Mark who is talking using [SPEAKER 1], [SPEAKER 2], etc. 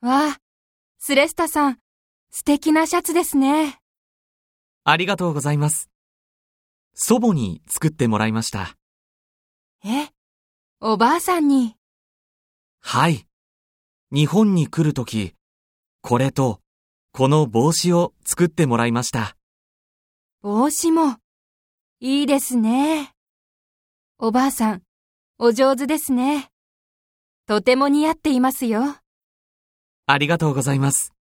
[SPEAKER 1] わあ、スレスタさん、素敵なシャツですね。
[SPEAKER 2] ありがとうございます。祖母に作ってもらいました。
[SPEAKER 1] え、おばあさんに。
[SPEAKER 2] はい。日本に来るとき、これと、この帽子を作ってもらいました。
[SPEAKER 1] 帽子も、いいですね。おばあさん、お上手ですね。とても似合っていますよ。
[SPEAKER 2] ありがとうございます。